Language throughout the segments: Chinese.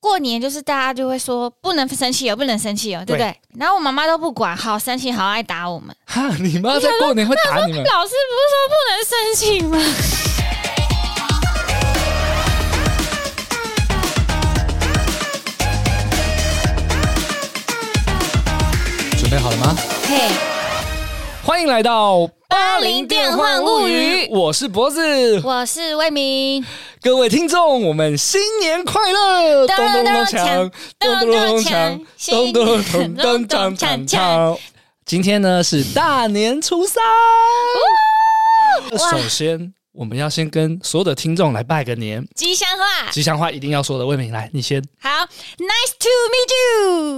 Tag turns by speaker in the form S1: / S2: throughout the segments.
S1: 过年就是大家就会说不能生气哦，不能生气哦，对不对？然后我妈妈都不管，好生气，好爱打我们。
S2: 哈，你妈在哦过年会打你 们？
S1: 老师不是说不能生 气吗？
S2: 准备好了吗？
S1: 嘿，
S2: 欢迎来到
S1: 八零电幻物语
S2: 我是脖子，
S1: 我是魏明，
S2: 各位听众，我们新年快乐！
S1: 咚
S2: 咚咚
S1: 咚
S2: 咚
S1: 咚
S2: 锵
S1: 锵，
S2: 咚咚咚锵，咚
S1: 咚
S2: 咚
S1: 咚咚锵
S2: 咚锵咚咚
S1: 咚咚锵
S2: 锵锵。今天呢是大年初三，
S1: 哇
S2: 首先我们要先跟所有的听众来拜个年，
S1: 吉祥话，
S2: 吉祥话一定要说的。魏敏来，你先。
S1: 好，Nice to meet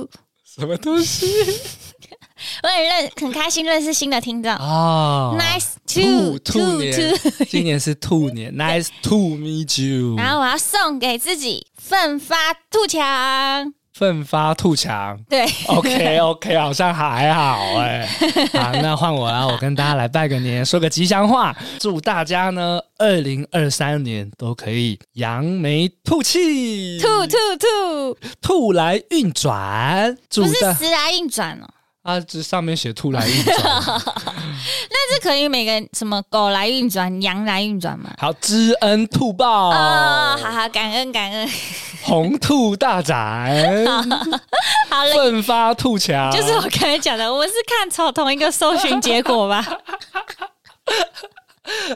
S1: you，
S2: 什么东西
S1: 我很认很开心认识新的听众。
S2: 啊
S1: Nice to
S2: 兔兔
S1: to
S2: 年
S1: to，，
S2: 今年是 兔年，Nice to meet you。
S1: 然后我要送给自己奋发图强，
S2: 奋发兔强。
S1: 对，
S2: OK OK，好像还好哎、好，那换我啦，我跟大家来拜个年，说个吉祥话，祝大家呢，二零二三年都可以扬眉吐气，
S1: 兔兔兔，
S2: 兔来运转，祝
S1: 不是
S2: 大
S1: 时来运转哦，
S2: 啊，这上面写兔来 运转，
S1: 那是可以每个人什么狗来运转，羊来运转吗？
S2: 好，知恩兔 报，
S1: 哦，好好，感恩感恩，
S2: 红兔大展，
S1: 好了，
S2: 奋发兔强，
S1: 就是我刚才讲的，我们是看从同一个搜寻结果 吧。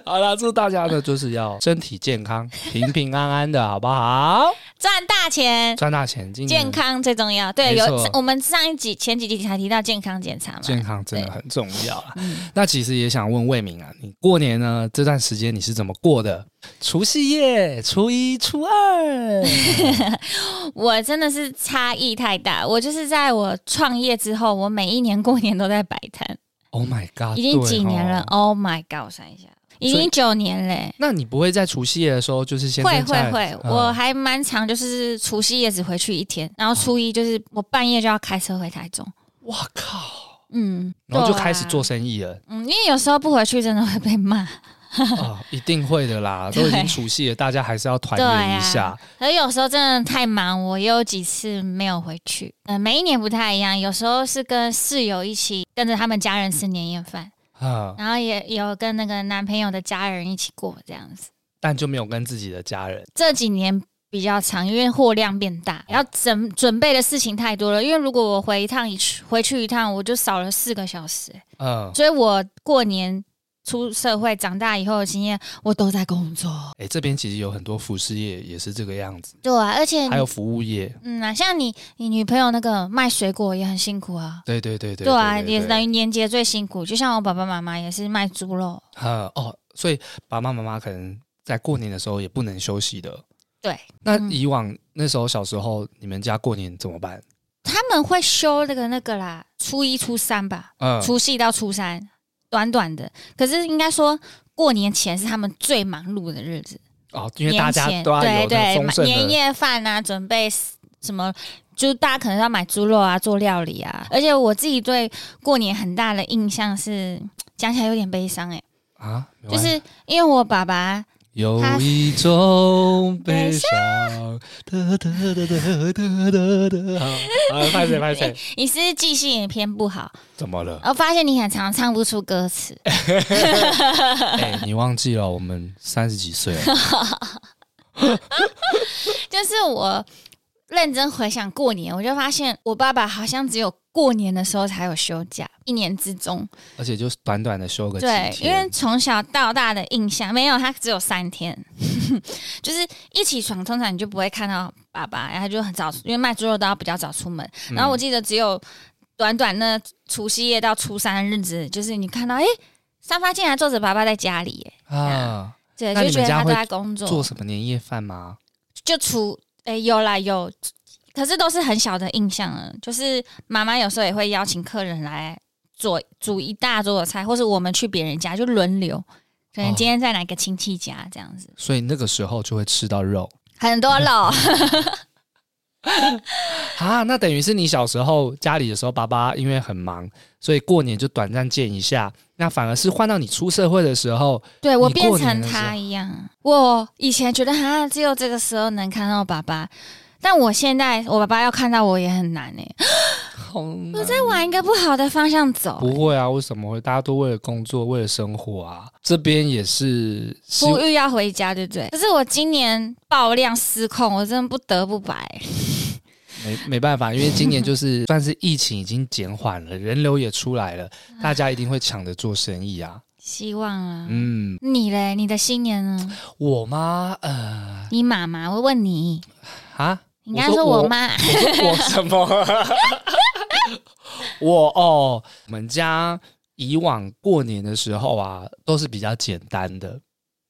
S2: 好啦，祝大家呢就是要身体健 康，平平安安的好不好？
S1: 赚大钱，
S2: 赚大钱，今年
S1: 健康最重要。对，
S2: 没
S1: 有
S2: 错
S1: 我们上一集前几集还提到健康检查嘛，
S2: 健康真的很重要啊。
S1: 嗯
S2: 那其实也想问魏明啊，你过年呢这段时间你是怎么过的？除夕夜、初一、初 二，
S1: 我真的是差异太大。我就是在我创业之后，我每一年过年都在摆摊，
S2: Oh my god！
S1: 已经几
S2: 对哦
S1: 年了、o h my god！我算一下，已经九年嘞、
S2: 那你不会在除夕夜的时候就是先
S1: 会
S2: 在
S1: 会
S2: 家
S1: 会，
S2: 嗯
S1: 我还蛮常就是除夕夜只回去一天，然后初一就是我半夜就要开车回台中，
S2: 哇靠！
S1: 嗯，
S2: 然后就
S1: 对啊
S2: 开始做，生意了
S1: 嗯，因为有时候不回去真的会被 骂，
S2: 啊，一定会的啦， 都已经
S1: 对
S2: 除夕了，大家还是要团
S1: 对
S2: 圆
S1: 啊
S2: 一下。
S1: 而有时候真的太忙，我也有几次没有回去。呃，每一年不太一样，有时候是跟室友一起跟着他们家人吃年夜饭，
S2: 啊、
S1: 然后也有跟那个男朋友的家人一起过这样子。
S2: 但就没有跟自己的家人
S1: 这几年比较长，因为货量变大，要准准备的事情太多了。因为如果我回一趟一去回去一趟，我就少了四个小时，
S2: 嗯，
S1: 所以我过年。出社会长大以后的经验，我都在工作。
S2: 哎、这边其实有很多服饰业也是这个样子，
S1: 对、啊，而且
S2: 还有
S1: 你
S2: 服务业，
S1: 嗯啊，像你你女朋友那个卖水果也很辛苦啊。
S2: 对对对对
S1: 对啊，
S2: 对
S1: 也是等于年节最辛苦。就像我爸爸妈妈也是卖猪肉，
S2: 呃哦，所以爸爸妈妈可能在过年的时候也不能休息的。
S1: 对，
S2: 那
S1: 嗯
S2: 以往那时候小时候，你们家过年怎么办？
S1: 他们会休那个那个啦，初一、初三吧，
S2: 嗯、
S1: 除夕到初三，短短的。可是应该说，过年前是他们最忙碌的日子，
S2: 哦，因为大
S1: 年
S2: 家
S1: 前
S2: 都要有
S1: 对
S2: 那丰
S1: 对，
S2: 盛
S1: 年
S2: 的
S1: 夜饭啊，准备什么。就大家可能要买猪肉啊，做料理啊，而且我自己对过年很大的印象是，讲起来有点悲伤哎、
S2: 啊，没
S1: 就
S2: 关系
S1: 是因为我爸爸
S2: 有
S1: 他
S2: 一种 悲伤。得得得得得得得，好，好拍谁拍谁？
S1: 你是不是记性也偏不好，
S2: 怎么 了？
S1: 我发现你很常唱不出歌 词，
S2: 哎、你忘记了我们三十几岁了？
S1: 就是我认真回想过年，我就发现我爸爸好像只有过年的时候才有休假，一年之中，
S2: 而且就是短短的休个几
S1: 对，因为
S2: 天，
S1: 从小到大的印象没有，他只有三天， 就是一起床，通常你就不会看到爸爸，然后就很早，因为卖猪肉都要比较早出门，
S2: 嗯
S1: 然后我记得只有短短那除夕夜到初三的日子，就是你看到诶，沙发竟然坐着爸爸在家里耶，
S2: 啊，
S1: 对，
S2: 那你
S1: 就觉
S2: 们
S1: 得
S2: 家
S1: 他都
S2: 会
S1: 在工作，
S2: 做什么年夜饭吗？
S1: 就除诶、有啦有，可是都是很小的印象了。就是妈妈有时候也会邀请客人来做煮一大桌的菜，或是我们去别人家就轮流，可能
S2: 哦
S1: 今天在哪个亲戚家这样子，
S2: 所以那个时候就会吃到肉。
S1: 很多肉。
S2: 啊，那等于是你小时候家里的时候，爸爸因为很忙，所以过年就短暂见一下。那反而是换到你出社会的时候，
S1: 对我
S2: 你
S1: 变
S2: 过年
S1: 成
S2: 的时候
S1: 他一样，我以前觉得哈，只有这个时候能看到爸爸。但我现在我爸爸要看到我也很难哎、
S2: 好难
S1: 我在往一个不好的方向走、
S2: 不会啊，为什么会？大家都为了工作，为了生活啊。这边也是希
S1: 呼吁要回家，对不对？可是我今年爆量失控，我真的不得不白。
S2: 没没办法，因为今年就是 算是疫情已经减缓了，人流也出来了，大家一定会抢着做生意啊。
S1: 希望啊，
S2: 嗯，
S1: 你嘞？你的新年呢？
S2: 我妈呃
S1: 你妈妈，我问你，
S2: 啊，
S1: 你刚刚说我妈，
S2: 我什么？我哦，我们家以往过年的时候啊，都是比较简单的，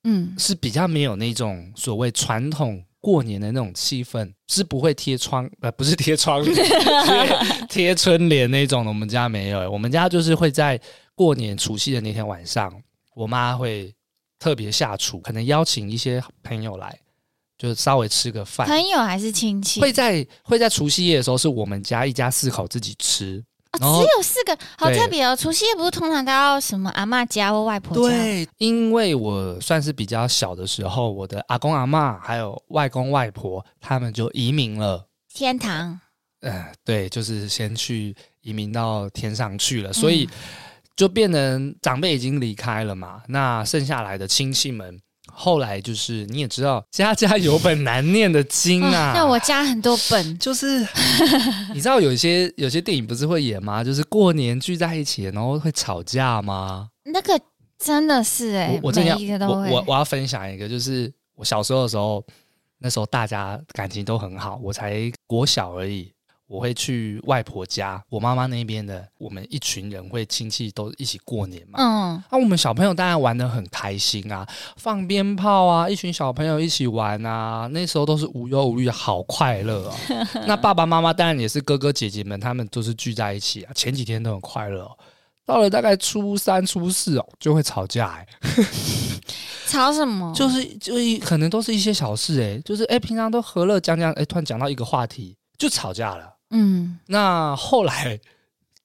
S1: 嗯，
S2: 是比较没有那种所谓传统过年的那种气氛，是不会贴窗呃，不是贴窗 帘，是贴春联那种的。我们家没有，我们家就是会在过年除夕的那天晚上，我妈会特别下厨，可能邀请一些朋友来，就是稍微吃个饭。
S1: 朋友还是亲戚？
S2: 会在会在除夕夜的时候，是我们家一家四口自己吃，
S1: 哦，
S2: 然后
S1: 只有四个，好
S2: 对
S1: 特别哦。除夕夜不是通常都要什么阿嬷家或外婆家？，
S2: 对，因为我算是比较小的时候，我的阿公阿嬷还有外公外婆他们就移民了。
S1: 天堂。
S2: 呃，对，就是先去移民到天上去
S1: 嗯
S2: 了，所以就变成长辈已经离开了嘛。那剩下来的亲戚们，后来就是你也知道，家家有本难念的经
S1: 哦
S2: 啊。
S1: 那我家很多本，
S2: 就是 你知道有些有些电影不是会演吗？就是过年聚在一起，然后会吵架吗？
S1: 那个真的是哎、
S2: 我我真的
S1: 每
S2: 要
S1: 一个都
S2: 我
S1: 会。
S2: 我我要分享一个，就是我小时候的时候，那时候大家感情都很好，我才国小而已。我会去外婆家，我妈妈那边的，我们一群人会亲戚都一起过年嘛。
S1: 嗯，
S2: 啊那、我们小朋友当然玩的很开心啊，放鞭炮啊，一群小朋友一起玩啊，那时候都是无忧无虑，好快乐 哦。那爸爸妈妈当然也是哥哥姐姐们，他们都是聚在一起啊，前几天都很快乐哦。到了大概初三、初四哦，就会吵架、哎，
S1: 吵什么？
S2: 就是就是可能都是一些小事、哎，就是哎、平常都和乐讲讲，哎、突然讲到一个话题就吵架了。
S1: 嗯，
S2: 那后来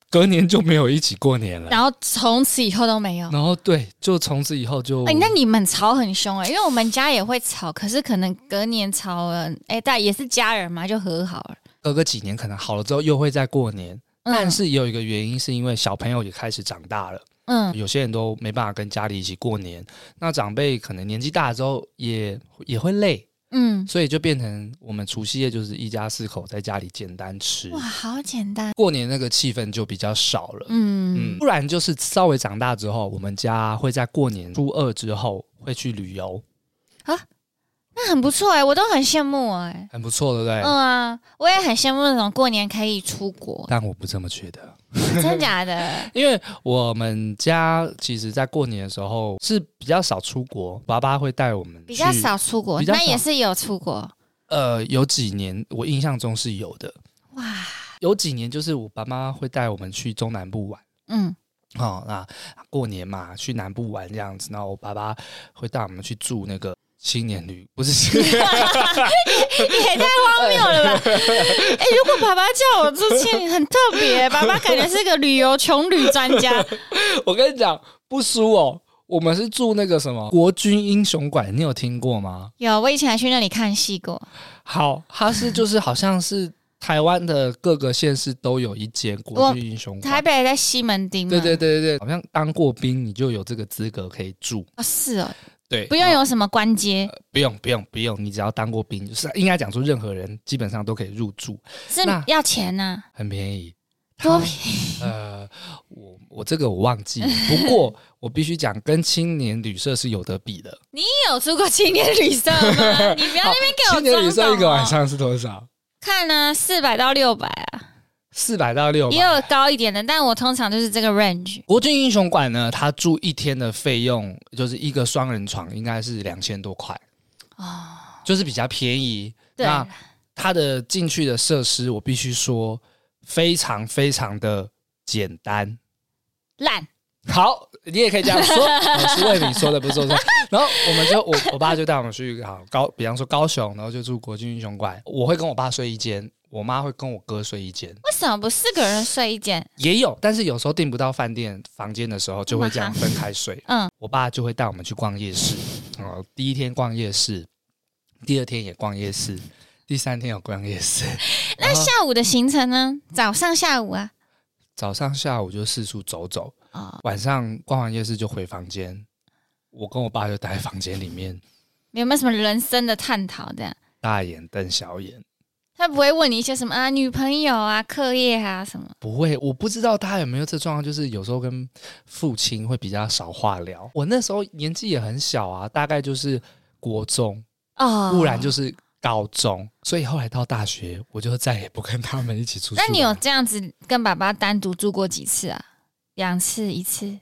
S2: 隔年就没有一起过年了，
S1: 然后从此以后都没有。
S2: 然后对，就从此以后就
S1: 哎、那你们吵很凶哎、因为我们家也会吵，可是可能隔年吵了，哎、但也是家人嘛，就和好了。
S2: 隔个几年可能好了之后又会再过年，
S1: 嗯
S2: 但是也有一个原因是因为小朋友也开始长大了，
S1: 嗯，
S2: 有些人都没办法跟家里一起过年，那长辈可能年纪大了之后也也会累，
S1: 嗯，
S2: 所以就变成我们除夕夜就是一家四口在家里简单吃
S1: 哇，，好简单。
S2: 过年那个气氛就比较少了。嗯，
S1: 嗯
S2: 不然就是稍微长大之后，我们家会在过年初二之后会去旅游，
S1: 那很不错哎、我都很羡慕哎、
S2: 很不错，对不对？
S1: 嗯啊，我也很羡慕那种过年可以出 国，
S2: 但我不这么觉得。
S1: 真假的？
S2: 因为我们家其实，在过年的时候是比较少出国，爸爸会带我们
S1: 比较
S2: 去。
S1: 少出国，
S2: 比较少
S1: 那也是有出国
S2: 呃，有几年我印象中是有的，
S1: 哇。
S2: 有几年就是我爸妈会带我们去中南部玩。
S1: 嗯
S2: 哦，那过年嘛，去南部玩这样子，然后我爸爸会带我们去住那个青年旅，不 是 青年
S1: 也太荒谬了 吧！ 哎、如果爸爸叫我之前很特 别，爸爸感觉是个旅游穷旅专家。
S2: 我跟你讲，不输哦，我们是住那个什么国军英雄馆，你有听过吗？
S1: 有，我以前还去那里看戏过。
S2: 好，它是就是好像是台湾的各个县市都有一间国
S1: 我
S2: 军英雄馆。
S1: 台北在西门町嘛，
S2: 对对对对对，好像当过兵你就有这个资格可以住。
S1: 哦，是哦，
S2: 对，
S1: 不用
S2: 啊
S1: 有什么关街，
S2: 不用不用不用，你只要当过兵，就是应该讲说任何人基本上都可以入住，
S1: 是
S2: 呃那
S1: 要钱啊呐、
S2: 很便宜。
S1: 多
S2: 它
S1: 便宜
S2: 呃，我我这个我忘记 了，不过我必须讲，跟青年旅社是有得比的。
S1: 有出过青年旅社 吗？你不要在那边给我
S2: 青年
S1: 装
S2: 旅社一
S1: 懂
S2: 个晚
S1: 哦
S2: 上是多少？
S1: 看呢、啊，四百到六百啊，
S2: 四百到六
S1: 也
S2: 百。
S1: 有高一点的，但我通常就是这个 range。
S2: 国军英雄馆呢，它住一天的费用就是一个双人床，应该是两千多块，
S1: 哦，
S2: 就是比较便宜。
S1: 对
S2: 那
S1: 啦，
S2: 它的进去的设施，我必须说非常非常的简单。
S1: 烂，
S2: 好，你也可以这样说，我是为你说的，不是我说。然后我们就我 我爸就带我们去好高，比方说高雄，然后就住国军英雄馆。我会跟我爸睡一间，我妈会跟我哥睡一间，
S1: 为什么不四个人睡一间？
S2: 也有，但是有时候订不到饭店房间的时候，就会这样分开睡。
S1: 嗯，
S2: 我爸就会带我们去逛夜市，哦，第一天逛夜市，第二天也逛夜市，第三天有逛夜市， 啊
S1: 那下午的行程呢？早上、下午啊？
S2: 早上下午就四处走走，
S1: 哦，
S2: 晚上逛完夜市就回房间。我跟我爸就待在房间里面，
S1: 有没有什么人生的探讨？这样
S2: 大眼瞪小眼。
S1: 他不会问你一些什么啊，女朋友啊、课业啊什么？
S2: 不会，我不知道他有没有这状况，就是有时候跟父亲会比较少话聊。我那时候年纪也很小啊，大概就是国中，
S1: 哦，
S2: 不然就是高中，所以后来到大学，我就再也不跟他们一起出去
S1: 那
S2: 玩。
S1: 你有这样子跟爸爸单独住过几次啊？两次、一次，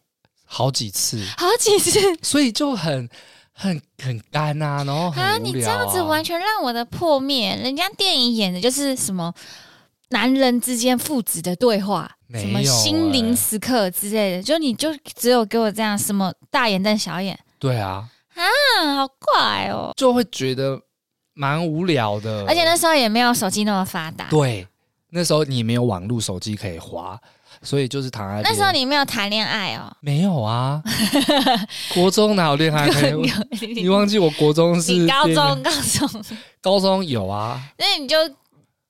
S2: 好几次，
S1: 好几次
S2: 所以就很很很干啊，然后很无聊、啊
S1: 你这样子完全让我的破灭。人家电影演的就是什么男人之间父子的对话，
S2: 没
S1: 什么
S2: 有
S1: 心灵
S2: 欸
S1: 时刻之类的，就你就只有给我这样什么大眼瞪小眼，
S2: 对啊，
S1: 嗯，好怪哦。
S2: 就会觉得蛮无聊的。
S1: 而且那时候也没有手机那么发达，
S2: 对那时候你没有网络手机可以滑，所以就是躺在
S1: 那时候
S2: 边
S1: 你没有谈恋爱哦。
S2: 没有啊，国中哪有恋爱 可以？你忘记我国中是
S1: 你高
S2: 恋爱
S1: 中高中，
S2: 高中有啊，
S1: 那你就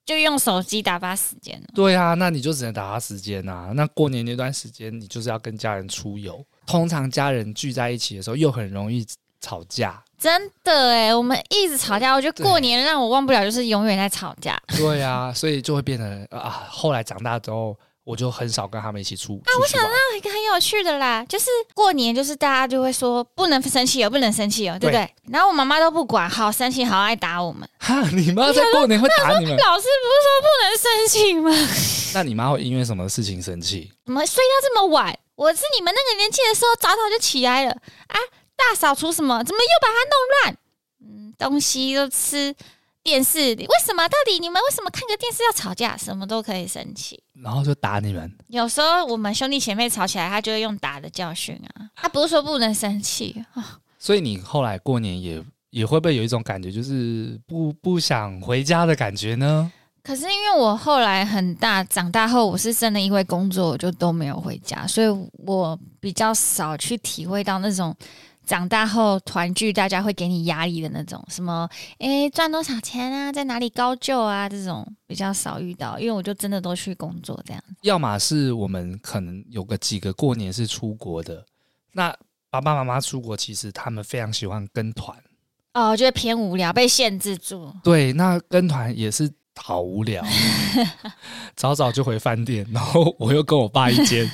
S1: 就用手机打发时间了。
S2: 对啊，那你就只能打发时间啊。那过年那段时间，你就是要跟家人出游。通常家人聚在一起的时候，又很容易吵架。
S1: 真的哎，我们一直吵架，我觉得
S2: 对
S1: 过年让我忘不了就是永远在吵架。
S2: 对 啊，所以就会变成啊，后来长大之后，我就很少跟他们一起出。啊，我想到
S1: 一个很哎有趣的啦，就是过年，就是大家就会说不能生气哦，不能生气哦，对不对？然后我妈妈都不管，好生气，好爱打我们。
S2: 哈，你妈在过年会打你们？
S1: 老师不是说不能生气吗？
S2: 那你妈会因为什么事情生气？
S1: 怎么睡到这么晚？我是你们那个年纪的时候，早早就起来了啊！大扫除什么？怎么又把它弄乱？嗯，东西都吃，电视为什么？到底你们为什么看个电视要吵架？什么都可以生气。
S2: 然后就打你们。
S1: 有时候我们兄弟姐妹吵起来，他就会用打的教训啊。他不是说不能生气，哦
S2: 所以你后来过年也也会不会有一种感觉，就是不不想回家的感觉呢？
S1: 可是因为我后来很大长大后，我是真的因为工作，我就都没有回家，所以我比较少去体会到那种长大后团聚大家会给你压力的那种什么，诶，赚多少钱啊，在哪里高就啊这种比较少遇到，因为我就真的都去工作这样。
S2: 要么是我们可能有个几个过年是出国的，那爸爸妈妈出国，其实他们非常喜欢跟团。
S1: 哦，我觉得偏无聊，被限制住。
S2: 对，那跟团也是好 无聊，早早就回饭店，然后我又跟我爸一 间，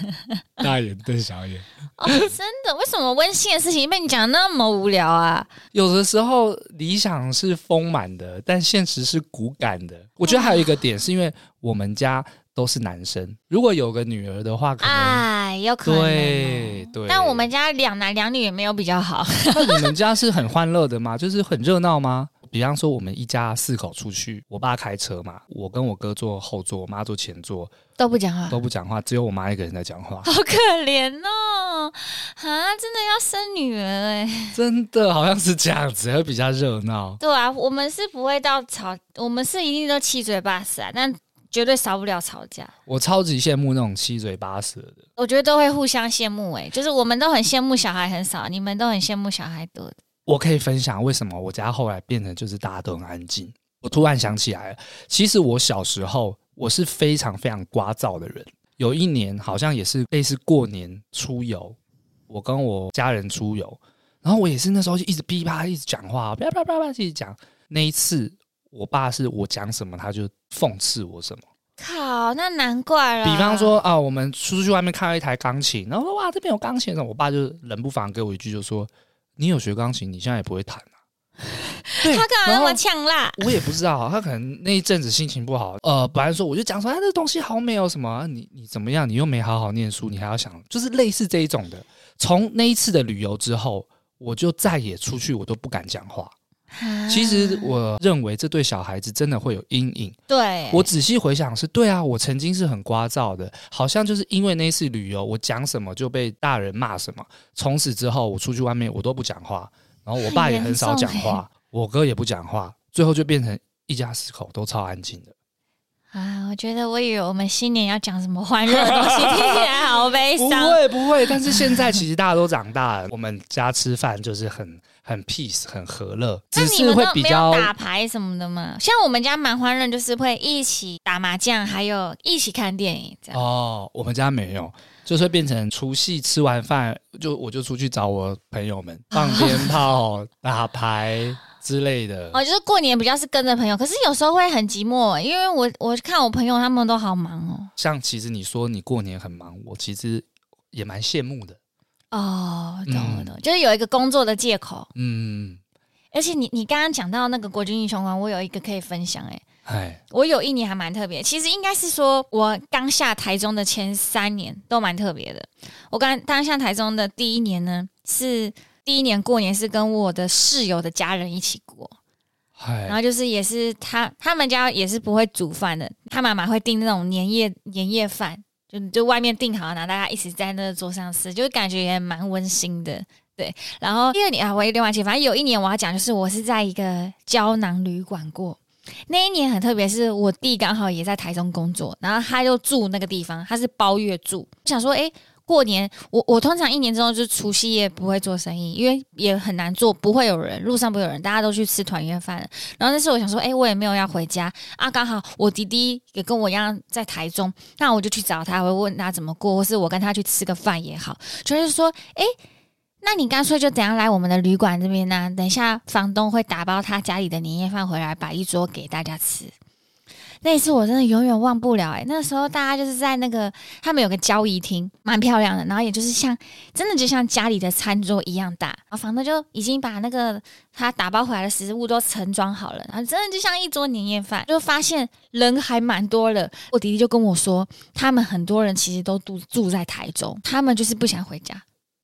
S2: 大眼瞪小眼。
S1: 哦， 真的，为什么温馨的事情被你讲得那么无聊啊？
S2: 有的时候理想是丰满的，但现实是骨感的。我觉得还有一个点，是因为我们家都是男生，如果有个女儿的话，可能、
S1: 哎，有可能哦、
S2: 对对。
S1: 但我们家两男两女也没有比较好。
S2: 那你们家是很欢乐的吗？就是很热闹吗？比方说，我们一家四口出去，我爸开车嘛，我跟我哥坐后座，我妈坐前座，
S1: 都不讲话，
S2: 都不讲话，只有我妈一个人在讲话。
S1: 好可怜哦！啊，真的要生女儿哎、
S2: 真的好像是这样子，会比较热闹。
S1: 对啊，我们是不会到吵，我们是一定都七嘴八舌、啊，但绝对少不了吵架。
S2: 我超级羡慕那种七嘴八舌的。
S1: 我觉得都会互相羡慕哎、就是我们都很羡慕小孩很少，你们都很羡慕小孩多的。
S2: 我可以分享为什么我家后来变成就是大家都很安静。我突然想起来了，其实我小时候我是非常非常聒噪的人。有一年好像也是类似过年出游，我跟我家人出游，然后我也是那时候就一直噼啪一直讲话，啪啪啪啪一直讲。那一次，我爸是我讲什么他就讽刺我什么。
S1: 靠，那难怪了。
S2: 比方，说啊，我们出去外面看到一台钢琴，然后说哇这边有钢琴，然后我爸就冷不防给我一句就说：“你有学钢琴，你现在也不会弹啊。”对，
S1: 他干嘛
S2: 然
S1: 那
S2: 后
S1: 么呛辣？
S2: 我也不知道啊，他可能那一阵子心情不好，呃，本来说我就讲说，啊，这东西好美哦，什么啊、你你怎么样，你又没好好念书，你还要想，就是类似这一种的。从那一次的旅游之后，我就再也出去，我都不敢讲话。
S1: 啊
S2: 其实我认为这对小孩子真的会有阴影。
S1: 啊对，
S2: 我仔细回想是，对啊，我曾经是很聒噪的，好像就是因为那次旅游，我讲什么就被大人骂什么。从此之后，我出去外面我都不讲话，然后我爸也很少讲
S1: 很严重欸
S2: 话，我哥也不讲话，最后就变成一家四口都超安静的。
S1: 啊，我觉得我以为我们新年要讲什么欢乐的东 西，听起来好悲
S2: 不
S1: 伤。哦
S2: 会不会，但是现在其实大家都长大了，我们家吃饭就是很很 peace 很和乐，
S1: 那
S2: 只
S1: 你
S2: 是
S1: 们
S2: 会
S1: 都
S2: 比
S1: 没有
S2: 较
S1: 打牌什么的吗？像我们家蛮欢乐，就是会一起打麻将，还有一起看电影这样。
S2: 哦，我们家没有，就是会变成除夕吃完饭就我就出去找我朋友们放鞭炮、打牌之类的。
S1: 哦，就是过年比较是跟着朋友，可是有时候会很寂寞，因为我我看我朋友他们都好忙哦。
S2: 像其实你说你过年很忙，我其实也蛮羡慕的。
S1: 哦，懂
S2: 嗯
S1: 了懂了，就是有一个工作的借口。
S2: 嗯，
S1: 而且你你刚刚讲到那个国军英雄馆，我有一个可以分享哎、
S2: 哎，
S1: 我有一年还蛮特别，其实应该是说我刚下台中的前三年都蛮特别的。我刚刚下台中的第一年呢，是第一年过年是跟我的室友的家人一起过，然
S2: 嗨，
S1: 后就是也是他他们家也是不会煮饭的，他妈妈会订那种年夜年夜饭，就就外面订好，然后大家一起在那个桌上吃，就感觉也蛮温馨的。对，然后第二年啊，我有点忘记，反正有一年我要讲，就是我是在一个胶囊旅馆过。那一年很特别，是我弟刚好也在台中工作，然后他就住那个地方，他是包月住。我想说，诶，过年我我通常一年之后就是除夕夜不会做生意，因为也很难做，不会有人，路上不会有人，大家都去吃团圆饭了然后那时候我想说，哎、我也没有要回家啊，刚好我弟弟也跟我一样在台中，那我就去找他，我问他怎么过，或是我跟他去吃个饭也好。就是说，哎、那你干脆就等一下来我们的旅馆这边呢、啊等一下房东会打包他家里的年夜饭回来，摆一桌给大家吃。那一次我真的永远忘不了哎、诶那时候大家就是在那个他们有个交易厅，蛮漂亮的，然后也就是像真的就像家里的餐桌一样大，然后房东就已经把那个他打包回来的食物都盛装好了，然后真的就像一桌年夜饭，就发现人还蛮多了。我弟弟就跟我说，他们很多人其实都住住在台州，他们就是不想回家。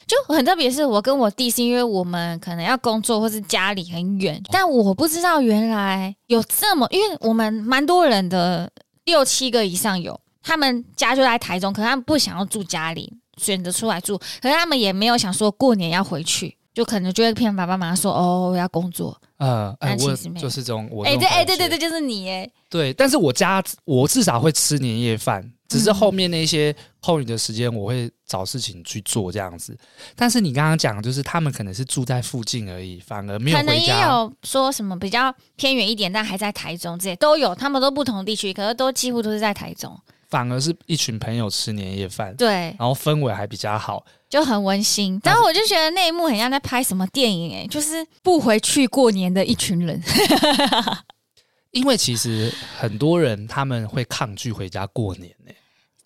S1: 就很特别，是我跟我弟是因为我们可能要工作或是家里很远，但我不知道原来有这么，因为我们蛮多人的六七个以上有，他们家就在台中，可是他们不想要住家里，选择出来住，可是他们也没有想说过年要回去，就可能就会骗爸爸妈妈说哦我要工作。
S2: 呃，哎，
S1: 但
S2: 我
S1: 其实没有
S2: 就是这种，我
S1: 哎、
S2: 这
S1: 对，
S2: 种
S1: 哎、
S2: 感
S1: 对对对，
S2: 觉
S1: 就是你哎，
S2: 对，但是我家我至少会吃年夜饭，只是
S1: 嗯
S2: 后面那些空余的时间，我会找事情去做这样子。但是你刚刚讲，就是他们可能是住在附近而已，反而没有
S1: 可能
S2: 回
S1: 也
S2: 家。
S1: 有说什么比较偏远一点，但还在台中这些都有，他们都不同地区，可是都几乎都是在台中，
S2: 反而是一群朋友吃年夜饭，
S1: 对，
S2: 然后氛围还比较好。
S1: 就很温
S2: 嗯
S1: 馨。但我就觉得那一幕很像在拍什么电影哎、就是不回去过年的一群人，
S2: 因为其实很多人他们会抗拒回家过年呢、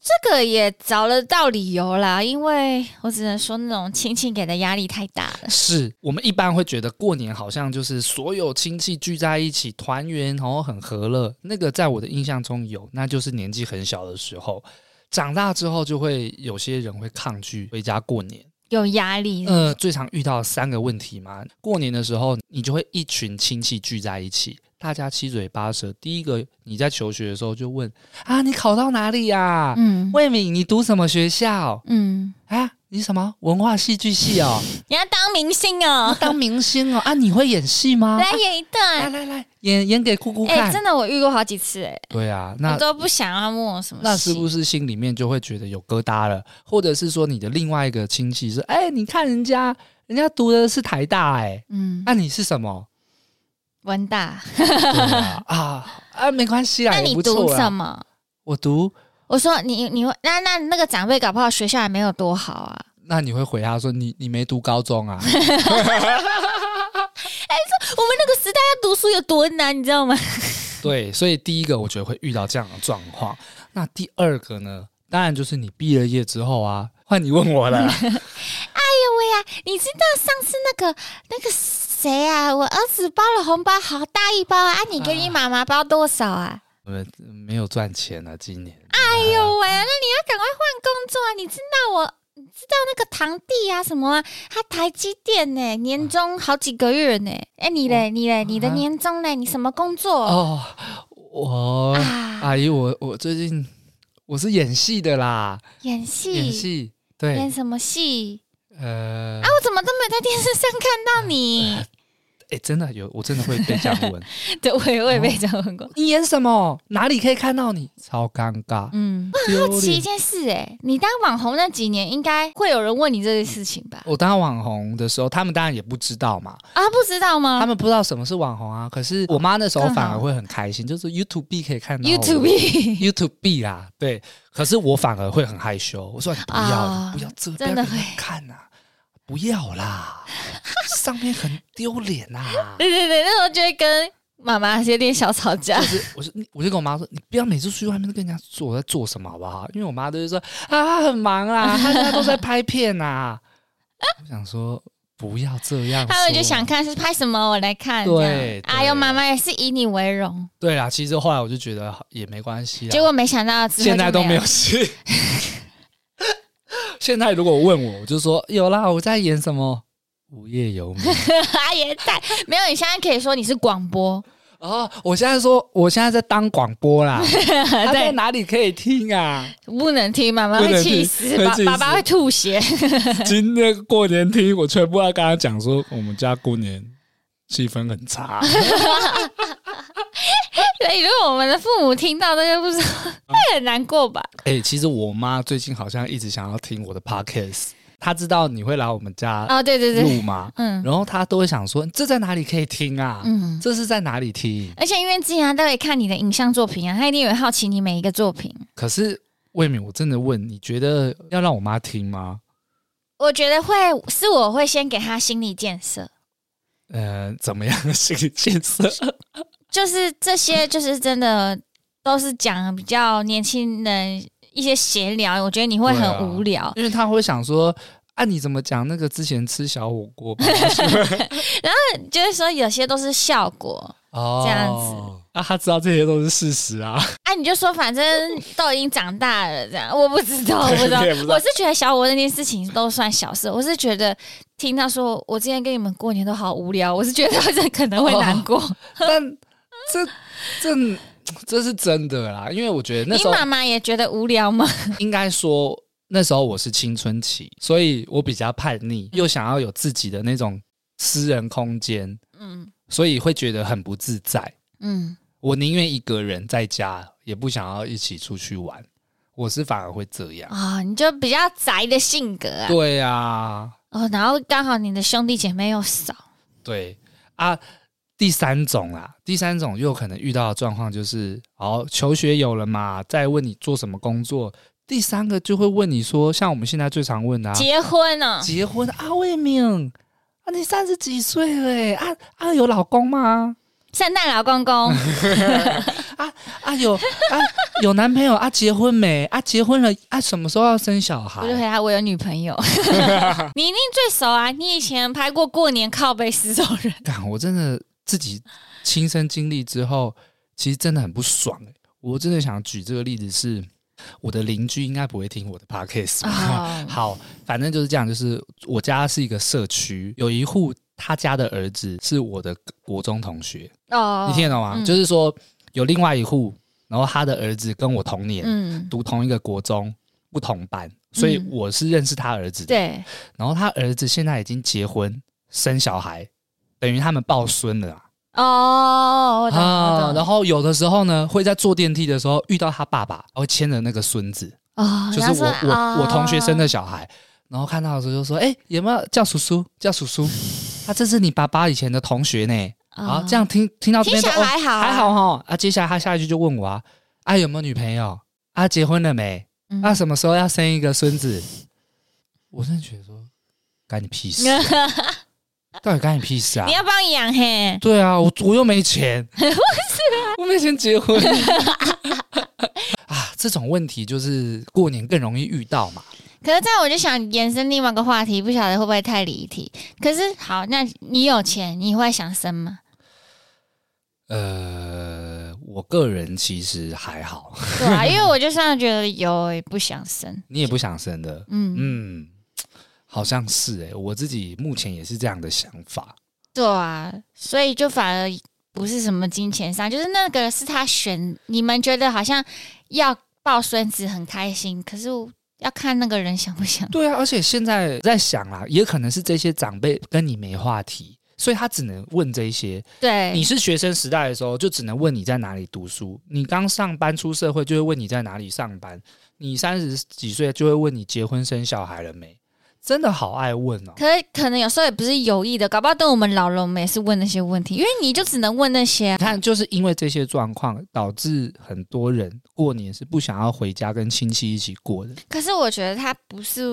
S1: 这个也找得到理由啦，因为我只能说那种亲戚给的压力太大了。
S2: 是我们一般会觉得过年好像就是所有亲戚聚在一起团圆，然后很和乐。那个在我的印象中有，那就是年纪很小的时候。长大之后就会有些人会抗拒回家过年。
S1: 有压力，
S2: 呃，最常遇到三个问题嘛。过年的时候，你就会一群亲戚聚在一起，大家七嘴八舌。第一个，你在求学的时候就问啊，你考到哪里呀、
S1: 嗯
S2: 魏敏，你读什么学校
S1: 嗯，
S2: 啊？你什么文化戏剧系 哦？
S1: 你要当明星哦，
S2: 当明星哦？啊，你会演戏吗？
S1: 来演一
S2: 啊来
S1: 段。
S2: 来来，演演给姑姑
S1: 哎、
S2: 看。
S1: 真的我遇过好几次、哎，
S2: 对啊，
S1: 我
S2: 那
S1: 都不想要问我什么
S2: 那
S1: 是
S2: 是不是心里面就会觉得有疙瘩了？或者是说你的另外一个亲戚是，哎，你看人家，人家读的是台大、哎，
S1: 嗯，
S2: 那、你是什么？
S1: 文大，
S2: 对啊 啊啊，没关系啦，
S1: 那
S2: 也
S1: 你
S2: 不
S1: 读
S2: 错
S1: 什
S2: 啦。
S1: 么？
S2: 我读，
S1: 我说你你那那那个长辈搞不好学校也没有多好啊。
S2: 那你会回他说你你没读高中 啊？
S1: 我们那个时代要读书有多难，你知道吗？
S2: 对，所以第一个我觉得会遇到这样的状况。那第二个呢？当然就是你毕了业之后啊，换你问 我了。啊
S1: 你知道上次那个那个谁啊，我儿子包了红包好大一包啊，啊你给你妈妈包多少啊？
S2: 呃，没有赚钱啊，今年。
S1: 哎呦喂，那你要赶快换工作啊！你知道我。你知道那个堂弟啊什么啊？他台积电呢、年终好几个月呢、哎、你嘞，你嘞，你的
S2: 啊
S1: 年终嘞，你什么工作？
S2: 哦，我
S1: 啊，
S2: 阿姨，我我最近我是演戏的啦，
S1: 演
S2: 演
S1: 戏，
S2: 戏。
S1: 演
S2: 对，
S1: 什么戏？
S2: 呃
S1: 啊，，我怎么都没有在电视上看到你？
S2: 哎、真的有，我真的会被这样 问，
S1: 对，我也我也
S2: 哦
S1: 被这样问过。
S2: 你演什么？哪里可以看到你？超尴尬，
S1: 嗯，
S2: 丢
S1: 好奇一
S2: 脸。
S1: 件事、哎，你当网红那几年，应该会有人问你这件事情吧？
S2: 我当网红的时候，他们当然也不知道嘛，
S1: 啊，不知道吗
S2: 哦他们不知道什么是网红啊。可是我妈那时候反而会很开心，就是 YouTube 可以看到我
S1: ？YouTube
S2: YouTube B 啦，对。可是我反而会很害羞，我说你不要，
S1: 啊
S2: 你不要这，不
S1: 真
S2: 要给
S1: 的
S2: 人家
S1: 会
S2: 看呐、不要啦，上面很丢脸啊呐。
S1: 对对对，那时候就会跟妈妈有点小吵架
S2: 就。是，我就我就跟我妈说，你不要每次出去外面都跟人家说我在做什么，好不好？因为我妈都是说啊，她很忙啦，她现在都在拍片呐、我想说不要这样，哦
S1: 他们就想。看是拍什么，我来看。这样
S2: 对
S1: 哎呦，
S2: 对
S1: 妈妈也是以你为荣。
S2: 对啦，其实后来我就觉得也没关系啦。
S1: 结果没想到之后
S2: 现在
S1: 就
S2: 都没
S1: 有
S2: 有事。 现在如果问我，我就说有啦，我在演什么无业 游民
S1: 阿爷在，啊没有，你现在可以说你是广播，
S2: 哦。我现在说，我现在在当广播 啦，他在
S1: 对，
S2: 哪里可以听啊？
S1: 不能听，妈妈
S2: 不
S1: 会
S2: 能
S1: 气
S2: 听
S1: 死，
S2: 会
S1: 爸
S2: 气
S1: 爸爸
S2: 死
S1: 会吐血。
S2: 今天过年听，我全部要跟他讲说，我们家过年气氛很差。
S1: 所以如果我们的父母听到，那就不知道， 会很难过吧？
S2: 哎、其实我妈最近好像一直想要听我的 podcast，她知道你会来我们家
S1: 哦，对对对，
S2: 录吗？
S1: 嗯
S2: 然后她都会想说，这在哪里可以听啊？
S1: 嗯。
S2: 这是在哪里听？
S1: 而且因为之前他都会看你的影像作品啊，他一定有好奇你每一个作品。
S2: 可是魏敏，我真的问，你觉得要让我妈听吗？
S1: 我觉得会是我会先给他心理建设，
S2: 呃，怎么样的心理 建设？
S1: 就是这些，就是真的都是讲比较年轻人一些闲聊，我觉得你会
S2: 对啊
S1: 很无聊。
S2: 因为她会想说，啊，你怎么讲那个之前吃小火 锅吧？
S1: 就是说有些都是效果。
S2: 哦
S1: 这样
S2: 子啊，她知道这些都是事实啊。
S1: 啊，你就说反正都已经长大了，这样我不知道，我不知道
S2: 你也不知，道
S1: 我是觉得小我那件事情都算小事，我是觉得听到说我之前跟你们过年都好无聊，我是觉得这可能会难过。
S2: 哦但这这这是真的啦，因为我觉得那
S1: 你
S2: 时候
S1: 妈妈也觉得无聊吗？
S2: 应该说那时候我是青春期，所以我比较叛逆，又想要有自己的那种私人空间，
S1: 嗯
S2: 所以会觉得很不自在。
S1: 嗯，
S2: 我宁愿一个人在家，也不想要一起出去玩。我是反而会这样。
S1: 啊、你就比较宅的性格啊，
S2: 对啊，
S1: 哦，然后刚好你的兄弟姐妹又少，
S2: 对啊。第三种啦，第三种又可能遇到的状况就是，哦，求学有了嘛，再问你做什么工作。第三个就会问你说，像我们现在最常问的、啊，
S1: 结婚哦呢、
S2: 结婚啊，魏明啊，你三十几岁了欸啊啊，有老公吗？
S1: 圣诞老公 公，
S2: 啊有啊有男朋友啊，结婚没？啊结婚了啊，什么时候要生小孩
S1: 我就？回答我有女朋 友，你一定最熟啊，你以前拍过过年靠背失踪人。
S2: 干，我真的自己亲身经历之后，其实真的很不爽、欸。我真的想举这个例子是，我的邻居应该不会听我的 podcast 吧？
S1: 哦
S2: 好，反正就是这样。就是我家是一个社区，有一户他家的儿子是我的国中同学，
S1: 哦
S2: 你听得懂吗？
S1: 嗯
S2: 就是说有另外一户，然后他的儿子跟我同年，
S1: 嗯，
S2: 读同一个国中，不同班，所以
S1: 嗯
S2: 我是认识他儿子的。
S1: 对，
S2: 然后他儿子现在已经结婚生小孩，等于他们抱孙了啊。
S1: 哦，我懂，我
S2: 啊，然
S1: 懂，
S2: 后有的时候呢，会在坐电梯的时候遇到他爸爸，会牵着那个孙子，
S1: 哦，
S2: 就是
S1: 然后
S2: 我
S1: 说
S2: 我、我同学生的，小孩，然后看到的时候就说：“哎、有没有叫叔叔？叫叔叔，他、这是你爸爸以前的同学呢。”啊，这样听听到这
S1: 哦听
S2: 边
S1: 起
S2: 就
S1: 来
S2: 哦
S1: 还好，
S2: 还好，哈。啊，接下来他下一句就问我啊，啊有没有女朋友？啊结婚了没？
S1: 嗯，
S2: 啊什么时候要生一个孙子？我真的觉得说，干你屁事啊 到底干你屁事啊
S1: 你？要帮你养嘿，
S2: 对啊，我我又 没钱，我没钱结婚 啊。这种问题就是过年更容易遇到嘛。
S1: 可是这样我就想延伸另外一个话题，不晓得会不会太离题。可是好，那你有钱，你会想生 吗？
S2: 呃，我个人其实还好，
S1: 对啊，因为我就算觉得有也不想生，
S2: 你也不想生的，
S1: 嗯，
S2: 嗯，好像是哎、我自己目前也是这样的想法。
S1: 对啊，所以就反而不是什么金钱上，就是那个是他选，你们觉得好像要抱孙子很开心，可是我要看那个人想不想。
S2: 对啊，而且现在在想啦，也可能是这些长辈跟你没话题，所以他只能问这一些。
S1: 对，
S2: 你是学生时代的时候，就只能问你在哪里读书；你刚上班出社会，就会问你在哪里上班；你三十几岁，就会问你结婚生小孩了没。真的好爱问 哦，
S1: 可是可能有时候也不是有意的，搞不好等我们老了，我们也是问那些问题，因为你就只能问那些啊、
S2: 你看，就是因为这些状况，导致很多人过年是不想要回家跟亲戚一起过的。
S1: 可是我觉得他不是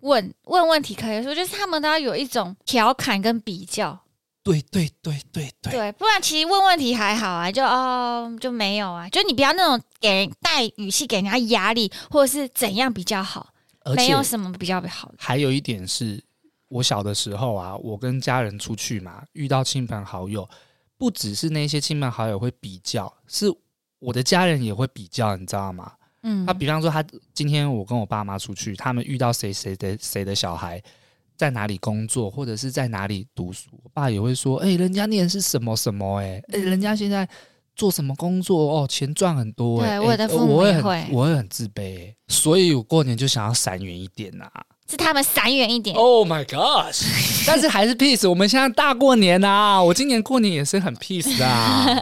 S1: 问问问题可以说，就是他们都要有一种调侃跟比较，
S2: 对对对对对，
S1: 对，不然其实问问题还好啊，就哦就没有啊，就你不要那种给人带语气给人家压力，或者是怎样比较好，
S2: 而
S1: 没有
S2: 且
S1: 什么比较好的。
S2: 还有一点是，我小的时候啊，我跟家人出去嘛，遇到亲朋好友，不只是那些亲朋好友会比较，是我的家人也会比较，你知道吗？
S1: 嗯
S2: 他，比方说，他今天我跟我爸妈出去，他们遇到谁谁的谁的小孩在哪里工作，或者是在哪里读书，我爸也会说：“哎、人家念的是什么什么、欸？哎、人家现在做什么工作？哦，钱赚很多、欸。
S1: 对
S2: 哎，
S1: 我的父母
S2: 我会
S1: 也
S2: 很
S1: 会
S2: 我会很自卑、欸，所以我过年就想要闪远一点啊呐、
S1: 是他们闪远一点。
S2: Oh my gosh！但是还是 peace，我们现在大过年啊，我今年过年也是很 peace 啊。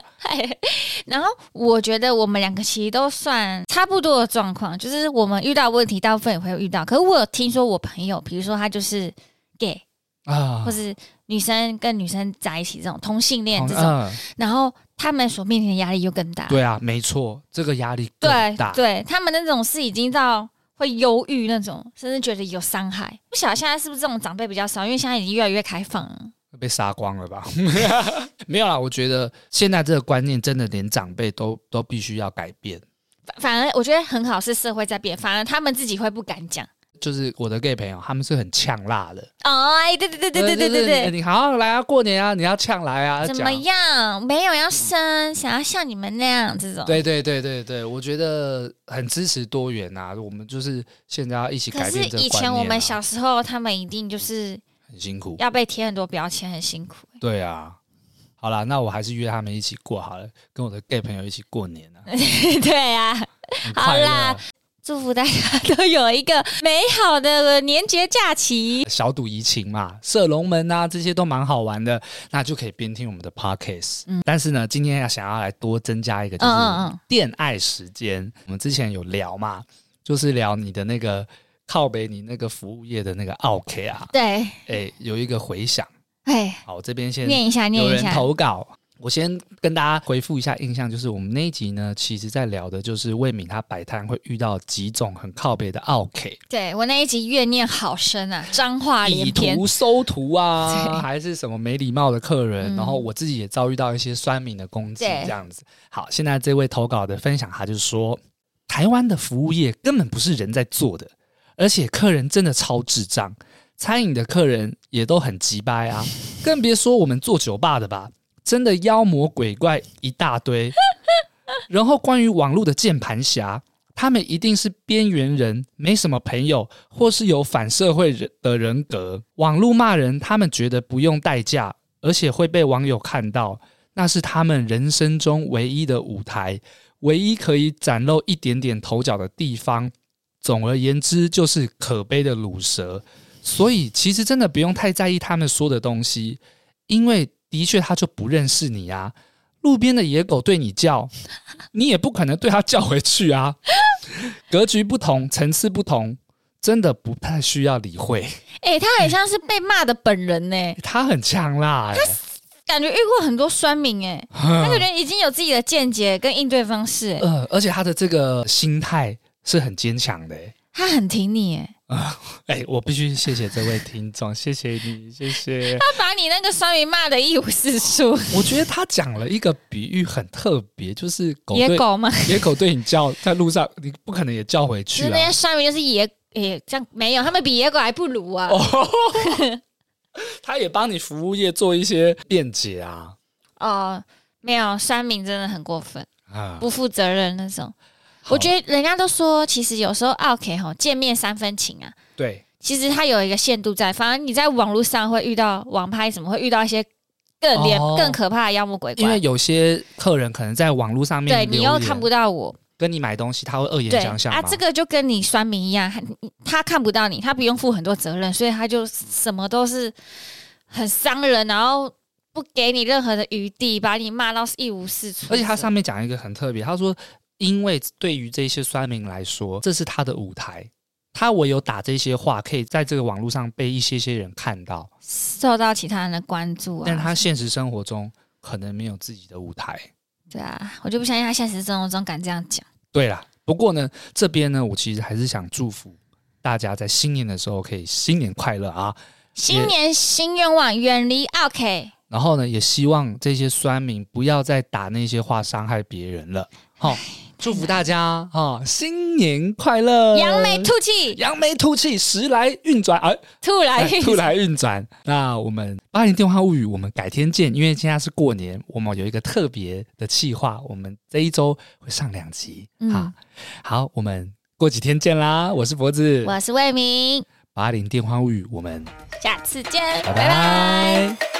S1: 然后我觉得我们两个其实都算差不多的状况，就是我们遇到问题，大部分也会遇到。可是我有听说我朋友，比如说他就是 gay，
S2: 啊
S1: 或，是女生跟女生在一起这种同性恋这种，
S2: 嗯，
S1: 然后他们所面临的压力又更大。
S2: 对啊，没错，这个压力更
S1: 对
S2: 大。
S1: 对他们那种是已经到会忧郁那种，甚至觉得有伤害。不晓得现在是不是这种长辈比较少，因为现在已经越来越开放了。
S2: 被杀光了吧？没有啦，我觉得现在这个观念真的连长辈都都必须要改变。
S1: 反反而我觉得很好，是社会在变，反而他们自己会不敢讲。
S2: 就是我的 gay 朋友，他们是很呛辣的。
S1: 哦，哎，对对对对对对对
S2: 就是
S1: 对
S2: 你，你好好来啊，过年啊，你要呛来啊，
S1: 怎
S2: 讲
S1: 么样？没有要生，想要像你们那样这种。
S2: 对对对对对，我觉得很支持多元啊。我们就是现在要一起
S1: 可
S2: 改
S1: 是
S2: 变这个观念、啊。
S1: 以前我们小时候，他们一定就是
S2: 很辛苦，
S1: 要被贴很多标签，很辛苦。
S2: 对啊。好啦，那我还是约他们一起过好了，跟我的 gay 朋友一起过年 啊，
S1: 对啊，
S2: 很
S1: 好
S2: 快乐
S1: 啦，祝福大家都有一个美好的年节假期。
S2: 小赌怡情嘛，射龙门啊，这些都蛮好玩的，那就可以边听我们的 podcast。但是呢，今天要想要来多增加一个，就
S1: 嗯嗯嗯
S2: 是
S1: 嗯
S2: 恋爱时间。我们之前有聊嘛，就是聊你的那个靠北，你那个服务业的那个 OK 啊，
S1: 对，
S2: 哎，有一个回响。
S1: 哎，
S2: 好，我这边先
S1: 念一下，念
S2: 有
S1: 一
S2: 人
S1: 下。
S2: 投稿。我先跟大家回复一下印象，就是我们那一集呢，其实在聊的就是魏敏她摆摊会遇到几种很靠北的 OK，
S1: 对我那一集怨念好深啊，脏话连
S2: 以
S1: 篇。
S2: 图收图 啊，
S1: 对
S2: 还是什么没礼貌的客人，
S1: 嗯
S2: 然后我自己也遭遇到一些酸民的攻击，
S1: 对
S2: 这样子。好，现在这位投稿的分享，他就说，台湾的服务业根本不是人在做的，而且客人真的超智障，餐饮的客人也都很急掰 啊，更别说我们做酒吧的吧，真的妖魔鬼怪一大堆。然后关于网络的键盘侠，他们一定是边缘人，没什么朋友，或是有反社会人的人格。网络骂人，他们觉得不用代价，而且会被网友看到，那是他们人生中唯一的舞台，唯一可以展露一点点头角的地方。总而言之，就是可悲的卤蛇。所以其实真的不用太在意他们说的东西，因为的确他就不认识你啊。路边的野狗对你叫，你也不可能对它叫回去啊。格局不同，层次不同，真的不太需要理会。
S1: 哎、他很像是被骂的本人呢、
S2: 他很强啦、欸，
S1: 感觉遇过很多酸民 哎、他感觉已经有自己的见解跟应对方式、欸，
S2: 呃，而且他的这个心态是很坚强的、欸。
S1: 他很挺你哎、
S2: 哎、我必须谢谢这位听众，谢谢你，谢谢。
S1: 他把你那个酸民骂的一无是处。
S2: 我觉得他讲了一个比喻很特别，就是 狗对
S1: 野狗嘛，
S2: 野狗对你叫，在路上你不可能也叫回
S1: 就
S2: 去
S1: 是那
S2: 啊
S1: 些。酸民就是野野，这样没有，他们比野狗还不如啊。
S2: 哦，他也帮你服务业做一些辩解啊
S1: 哦，没有，酸民真的很过分，
S2: 啊！
S1: 不负责任那种。
S2: 好
S1: 我觉得人家都说，其实有时候 OK 哈，见面三分情啊。
S2: 对
S1: 其实它有一个限度在，反而你在网络上会遇到网拍，什么会遇到一些更连、
S2: 哦
S1: 更可怕的妖魔鬼
S2: 因为
S1: 怪。
S2: 有些客人可能在网络上面
S1: 对你
S2: 留
S1: 又
S2: 言
S1: 看不到我，
S2: 跟你买东西，他会恶言
S1: 对
S2: 相向
S1: 啊，
S2: 嘛
S1: 这个就跟你酸民一样，他他看不到你，他不用负很多责任，所以他就什么都是很伤人，然后不给你任何的余地，把你骂到一无是处。
S2: 而且他上面讲一个很特别，他说，因为对于这些酸民来说，这是他的舞台，他唯有打这些话，可以在这个网络上被一些些人看到，
S1: 受到其他人的关注啊，
S2: 但他现实生活中可能没有自己的舞台。
S1: 对啊，我就不相信他现实生活中敢这样讲。
S2: 对啦，不过呢，这边呢，我其实还是想祝福大家在新年的时候可以新年快乐啊！
S1: 新年新愿望，远离 OK。
S2: 然后呢，也希望这些酸民不要再打那些话伤害别人了。好、祝福大家哦，新年快乐！
S1: 扬眉吐气，
S2: 扬眉吐气，时来运转，哎、
S1: 吐来
S2: 哎吐来运转。那我们八零电话物语，我们改天见，因为现在是过年，我们有一个特别的企划，我们这一周会上两集啊、
S1: 嗯
S2: 好，我们过几天见啦。我是脖子，
S1: 我是魏明，
S2: 八零电话物语，我们
S1: 下次见，
S2: 拜
S1: 拜拜
S2: 拜